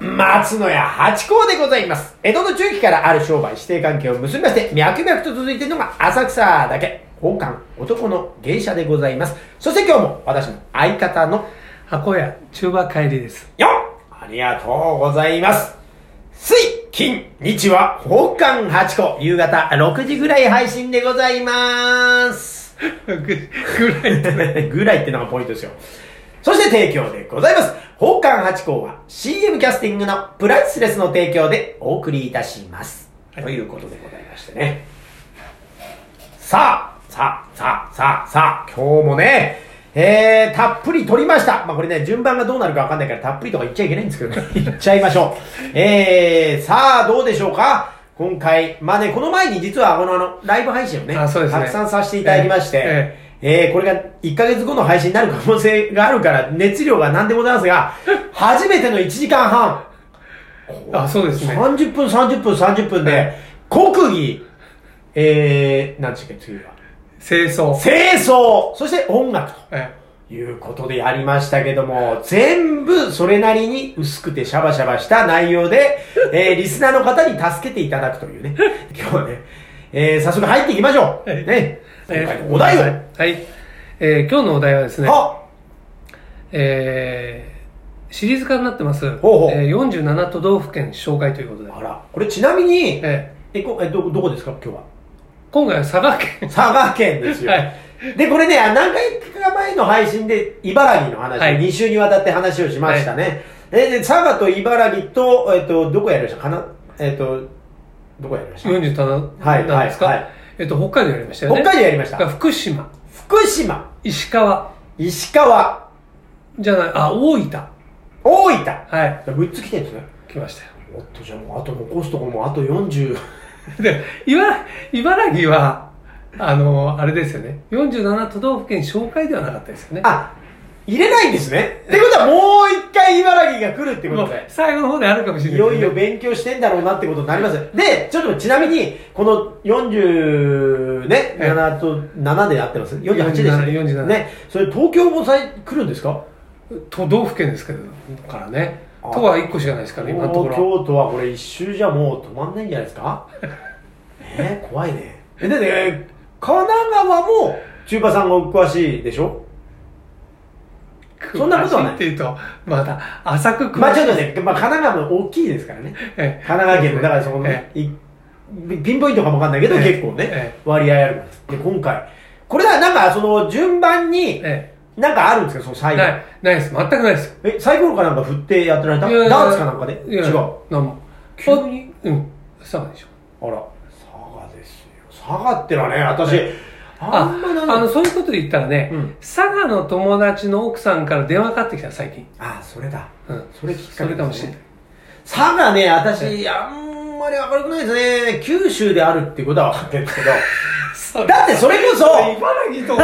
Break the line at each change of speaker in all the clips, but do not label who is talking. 松野屋八甲でございます。江戸の中期からある商売指定関係を結びまして、脈々と続いているのが浅草だけ、宝冠男の芸者でございます。そして今日も私の相方の
箱屋中馬帰りです
4、ありがとうございます。水、金、日は宝冠八甲、夕方6時ぐらい配信でございます。
ぐぐらい で
ぐらいってのがポイントですよ。そして提供でございます。宝冠八甲は CM キャスティングのプライスレスの提供でお送りいたします。
はい
ということでございましてね。さあ、さあ、さあ、さあ、さあ、今日もね、えー、たっぷり取りました。まあ、これね、順番がどうなるかわかんないから、たっぷりとか言っちゃいけないんですけど ね。言っちゃいましょう。えー、さあ、どうでしょうか今回、まあね、この前に実は、このあの、ライブ配信をね、
あそうですね
たくさんさせていただきまして、
ええ
えー、これが1ヶ月後の配信になる可能性があるから、熱量が何でもざいます が、初めての1時間半、
あそうですね
30分、30分、30分
は
で
い、
国技、えー、なんでしたっけ、次は。
清掃
清掃、そして音楽
え
ということでやりましたけども、全部それなりに薄くてシャバシャバした内容で、えー、リスナーの方に助けていただくというね、今日はね、えー、早速入っていきましょう。
はい
ね、
え
今回のお題を。
はい、えー今日のお題はですね
あ
えーシリーズ化になってます
ほうほう
えー47都道府県紹介ということで
あら、これちなみに、
え
え、こえど、どこですか今日は。
ー今回は佐賀県
佐賀県ですよ。
はい
で、これね、あ何回か前の配信で、茨城の話、
はい
2週にわたって話をしましたね。えで、佐賀と茨城と、えっと、どこやりましたかなえっと、どこやりました
47
はい
なんですか、
はいはい
えっと北海道やりましたよ
北
ね
海道やりまし
だから
た。
福島
福島、
石川
石川、
じゃないあ大分
大分。
はい
6つ来てるんですね。
来ましたよ
おっと、じゃあもう、あと残すとこもあと40。
で、茨茨城は、あの、あれですよね。47都道府県紹介ではなかったですよね。
あ、入れないんですね。ってことは、もう一回茨城が来るってこ
も
と
う
で。
最後の方であるかもしれないいです
よ
ね。
いよ勉強してんだろうなってことになります。で、ちょっとちなみに、この40ね、
ええ
7と、7で合ってます ?48 でしたね。
47 47
ね。それ東京もさい来るんですか
都道府県ですけど、からね。
あ
都は1個しかないですから、
東
今のところ。
京都はこれ一周じゃもう止まんないんじゃないですか えー、怖いね。え、でね、神奈川も中馬さんがお詳しいでしょそんなことはない
詳しっていうと、まだ浅く詳しい。
まあちょっとね、まあ神奈川も大きいですからね。
ええ
神奈川県の、だからそこのね
え、
いピンポイントかもわかんないけど、
ええ
結構ね
え、
割合あるんです。で、今回、これはなんか、その、順番に、
え
なんかあるんですか、その
え
最後
な。い、ないです。全くないです。
え、サイコロかなんか振ってやってられた
いやいや
ダーツかなんかで
いや
違う。あら、
なんも。
急
にうん。佐賀でしょ。
佐賀ですよ。佐賀ってのはね、私、あ
あ
んま、
あ
な
の、そういうことで言ったらね
うん、
佐賀の友達の奥さんから電話かかってきた、最近。
あ、それだ。
うん。
それきっか
そ
けですね
れかもしれない。
佐賀ね、私、あんまり明るくないですね。九州であるってことは分かってるんですけど。だってそれ こそ、
茨城と同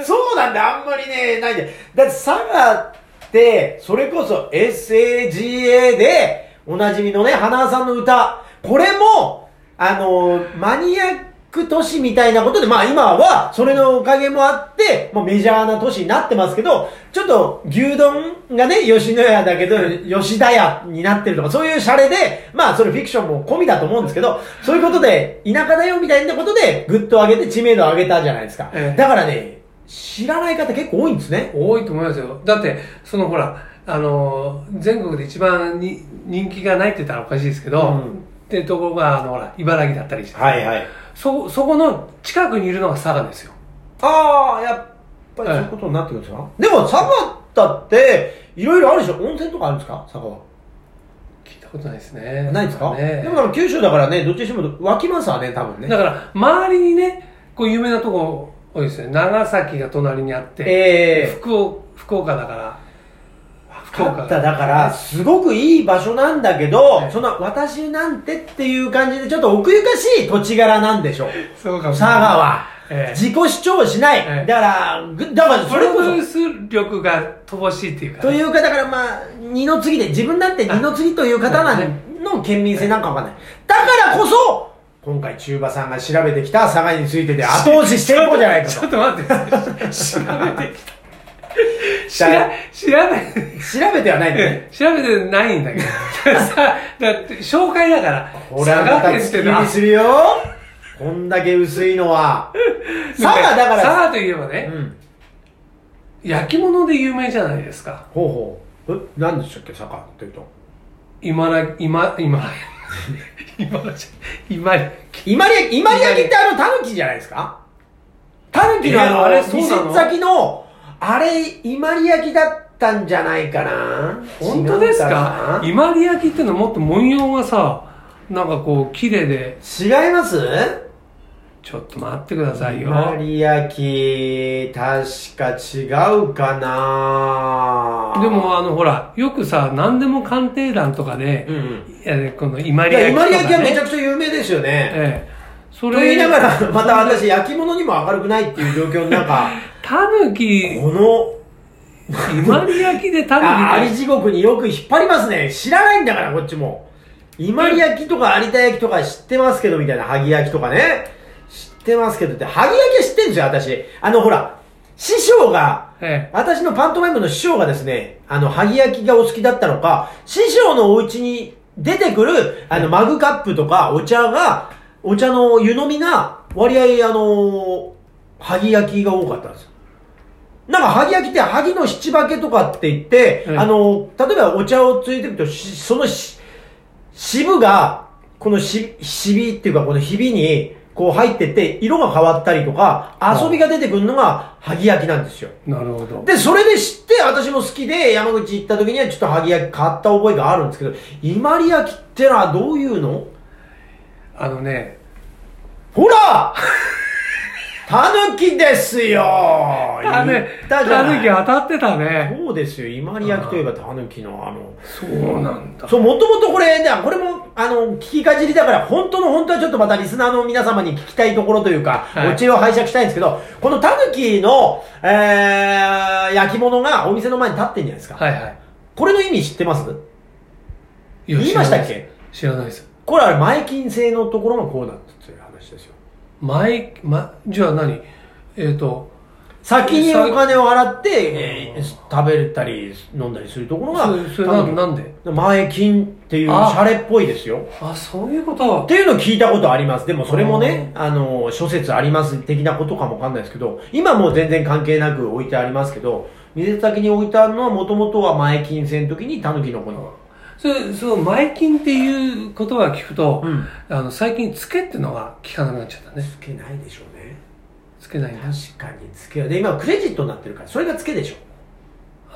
じ
そうなんだ、あんまりね、ないんだよだって佐賀って、それこそ SAGA で、おなじみのね、花さんの歌。これも、あのマニアック都市みたいなことで、まあ今は、それのおかげもあって、もうメジャーな都市になってますけど、ちょっと牛丼がね、吉野家だけど、吉田屋になってるとか、そういうシャレで、まあそれフィクションも込みだと思うんですけど、そういうことで、田舎だよみたいなことで、グッと上げて知名度を上げたじゃないですか。
ええ
だからね、知らない方結構多いんですね。
多いと思いますよ。だって、そのほら、あのー、全国で一番に人気がないって言ったらおかしいですけど、
うん
ってところが、あの、ほら、茨城だったりして、
はい。
そ、そこの近くにいるのが佐賀ですよ。
ああ、やっぱりそういうことになってくるんですか、でも佐賀だって、いろいろあるでしょ温泉とかあるんですか佐賀は。
聞いたことないですね。
ないですか、
ね
でもなんか九州だからね、どっちにしても湧きますわね、多分ね。
だから、周りにね、こう、有名なとこ多いですね。長崎が隣にあって、
ええ
福岡、福岡だから、福岡
だから、すごくいい場所なんだけど、
はい
そんな私なんてっていう感じで、ちょっと奥ゆかしい土地柄なんでしょう。
そうかも
佐
しれない
賀は、
ええ
自己主張しない。
ええ
だから、ぐだからそ
プ
れ
ロ
こ
デ
そ
ュ。ース力が乏しいっていうか、ね。
というか、だからまあ、二の次で、自分だって二の次という方な
はい
んの県民性なんかわかんない。だからこそ、今回中馬さんが調べてきた佐 賀についてで後押ししていこうじゃないか
ち
と
ょ。っと待って、調べてき知ら、知らない。
調べてはないんだ ね。
調べてないんだけど。さ、だって、紹介だから。
これはまた月見にするよ。こんだけ薄いのは。佐賀だか
佐
ら。
賀といえば
う
ね、
ん。
焼き物で有名じゃないですか。
ほうほう。え、何でしたっけ、佐賀っていうと。
今な、今、今、 今なじゃ、今な、
今里、今里焼きってあの、タヌキじゃないですかタヌキのあの、
えあれそう
店
なの
先の、あれ、今里焼きだったんじゃないかな
本当ですか
違う
今里焼きってのはもっと文様がさ、なんかこう、綺麗で、
な違います
ちょっと待ってくださいよ。
今里焼き、確か違うかな
で、もあのほら、よくさ、何でも鑑定団とかで、
うんうん。
いやねこの今
い
里
や、
焼きと
今里
か、
焼
ね。
きはめちゃくちゃ有名ですよね。
ええ。そ
と
れ
言いながら、また私、焼き物にも明るくないっていう状況の中、
タヌキ、
この、
今里焼きでタ
あ、ア
ヌ
リ地獄によく引っ張りますね。知らないんだから、こっちも。今里焼きとか有田焼きとか知ってますけど、みたいな、萩焼きとかね。知ってますけどって、萩焼きは知ってんですよ、私。あの、ほら、師匠が、
キ。え
私のパントマイムの師匠がですね、あの、萩焼きがお好きだったのか、師匠のお家に出てくる、あの、マグカップとか、お茶が、お茶の湯飲みが、割合、あの萩焼きが多かったんですよ。なんか、萩焼きって、萩の七化けとかって言って、
うん
あの、例えばお茶をついてると、しそのし、渋が、このし、しびっていうか、このひびに、こう入ってって、色が変わったりとか、遊びが出てくるのが、萩焼きなんですよ。
え。なるほど。
で、それで知って、私も好きで、山口行った時にはちょっと萩焼き買った覚えがあるんですけど、今里焼きってのはどういうの
あのね、
ほ らたぬきですよ
タヌ
言ったじゃない
キ当たってたね。
そうですよ、今里焼きといえばたぬきのあの、
そうなんだ。
そう、もともとこれ、ね、これも、あの、聞きかじりだから、本当の本当はちょっとまたリスナーの皆様に聞きたいところというか、
はい
お知恵を拝借したいんですけど、このたぬきの、えー、焼き物がお店の前に立ってんじゃないですか。
はいはい。
これの意味知ってます
いや
言いましたっけ
知らないです。
これは前金製のところがこうだったという話ですよ。
前、ま、じゃあ何えっ、と、
先にお金を払って、
う
え
ん
ー食べたり飲んだりするところが、
それそれななんで
前金っていうシ
あ
ャレっぽいですよ。
あ、そういうこと
っていうのを聞いたことあります。でもそれもね、あの、諸説あります的なことかもわかんないですけど、今もう全然関係なく置いてありますけど、水先に置いてあるのはもともとは前金製の時に狸の子の。
それ、その、前金っていう言葉を聞くと、
うん
あの、最近、つけってのが聞かなくなっちゃったね。
つけないでしょうね。
つけないんだ。
確かにつけで今クレジットになってるからそれがつけでしょ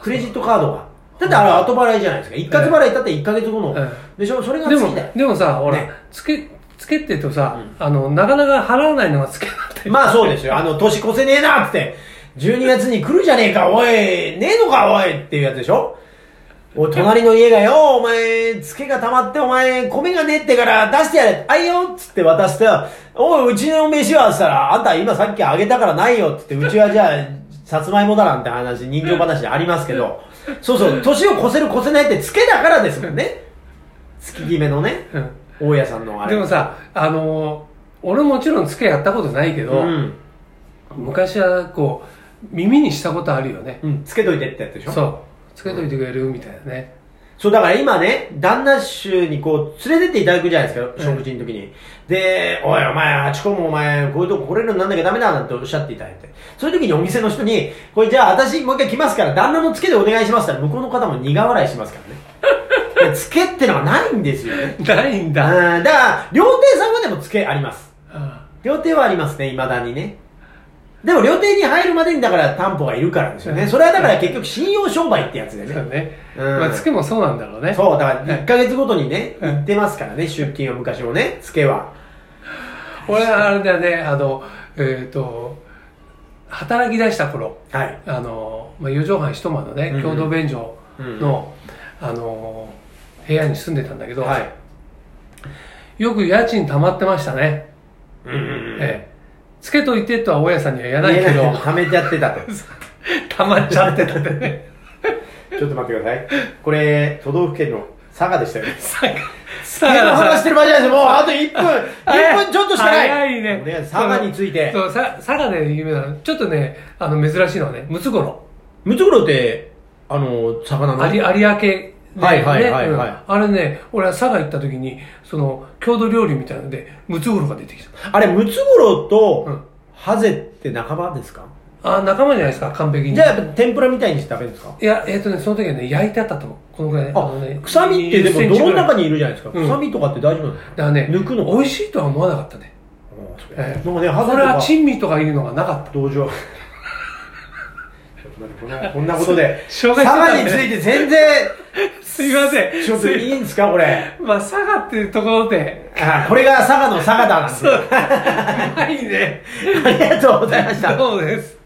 クレジットカードがだってあれ後払いじゃないですか一括払いだって1ヶ月後の、
え
でしょそれが
で
つき
も
だよ、
でもさ、ほら、
ね
つけ、つけって言うとさ、あの、なかなか払わないのがつけなんだ よ。
まあそうですよあの年越せねえなっつって12月に来るじゃねえかおいねえのかおいっていうやつでしょおい隣の家がよ、お前、つけが溜まって、お前、米がねえってから出してやれ、あいよっつって渡して、おい、うちの飯はっつったら、あんた今さっきあげたからないよっつって、うちはじゃあ、さつまいもだなんて話、人情話でありますけど、そうそう、年を越せる越せないって、つけだからですもんね。月決めのね、
うん
大家さんのあれ。
でもさ、あの俺もちろんつけやったことないけ
う
ど、
ん、
昔はこう、耳にしたことあるよね。
うん、つけといてってやつでしょ
そう。つけといてくれるみたいなね。
そう、だから今ね、旦那衆にこう、連れてっていただくじゃないですか、食事の時に。で、おい、お前、あちこもお前、こういうとこ来れるようになんなきゃダメだ、なんておっしゃっていただいて。そういう時にお店の人に、これじゃあ私もう一回来ますから、旦那のつけでお願いしますから、向こうの方も苦笑いしますからね。つけってのはないんですよね。
ないん
うん、だ
だ。
から、料亭さんはでもつけあります。
あ
料亭はありますね、未だにね。でも料亭に入るまでにだから担保がいるからですよね。それはだから結局信用商売ってやつで
あ
ね
そう。だね。
うん
まあ、つけもそうなんだろうね。
そう、だから1ヶ月ごとにね、
うん
行ってますからね、出勤は昔もね、ツケは。
俺はあれだよね、あの、えっ、と、働き出した頃、
はい。
あの、まあ、四畳半一間のね
う、ん
共同便所の、あの、部屋に住んでたんだけど、
はい。
よく家賃溜まってましたね。
うんうんうん。
ええ。つけといてとは大家さんには言わない
家
けど
なん、か貯めてやってたと。
溜まっちゃって たね。
ちょっと待ってください。これ、都道府県の佐賀でしたよね。
さが、
佐
さ
賀の話し
さ
てる場合じゃないですもうあと1分、1分ちょっとしかない。
早いね
お願。い佐賀について。
そう、さ佐賀で有名なの。ちょっとね、あの、珍しいのはね、ムツゴロ
ムツゴロウって、あの、魚の。
有有明でね
はいはいはいはい
うんあれね、俺は佐賀行った時に、その、郷土料理みたいなので、ムツゴロウが出てきた。
あれ、ムツゴロウ
う
と
ん、
ハゼって仲間ですか
あ、仲間じゃないですか、完璧に。
じゃあ、やっぱ天ぷらみたいにして食べるんですか
いや、えっ、とね、その時はね、焼いてあったと思う。このぐらいね。
あ
のね、
臭みってでも泥の中
に。
にいるじゃないですか。
うん
臭みとかって大丈夫なんですか
だからね、
抜くの
美味しいとは思わなかったね。
あ
ええ
そうなんかね、ハゼ
ことれは
か
珍味とかいうのがなかった。
同情。こんなこんなことで、
そう紹
佐
介して
賀
たんで
につい
ね
て全然、
すいません。
ちょっと
すい
いいんですか、これ。
まあ、佐賀っていうとこ ろで、
あこれが佐賀の佐賀だなんて。
はいね。
ありがとうございました。
そうです。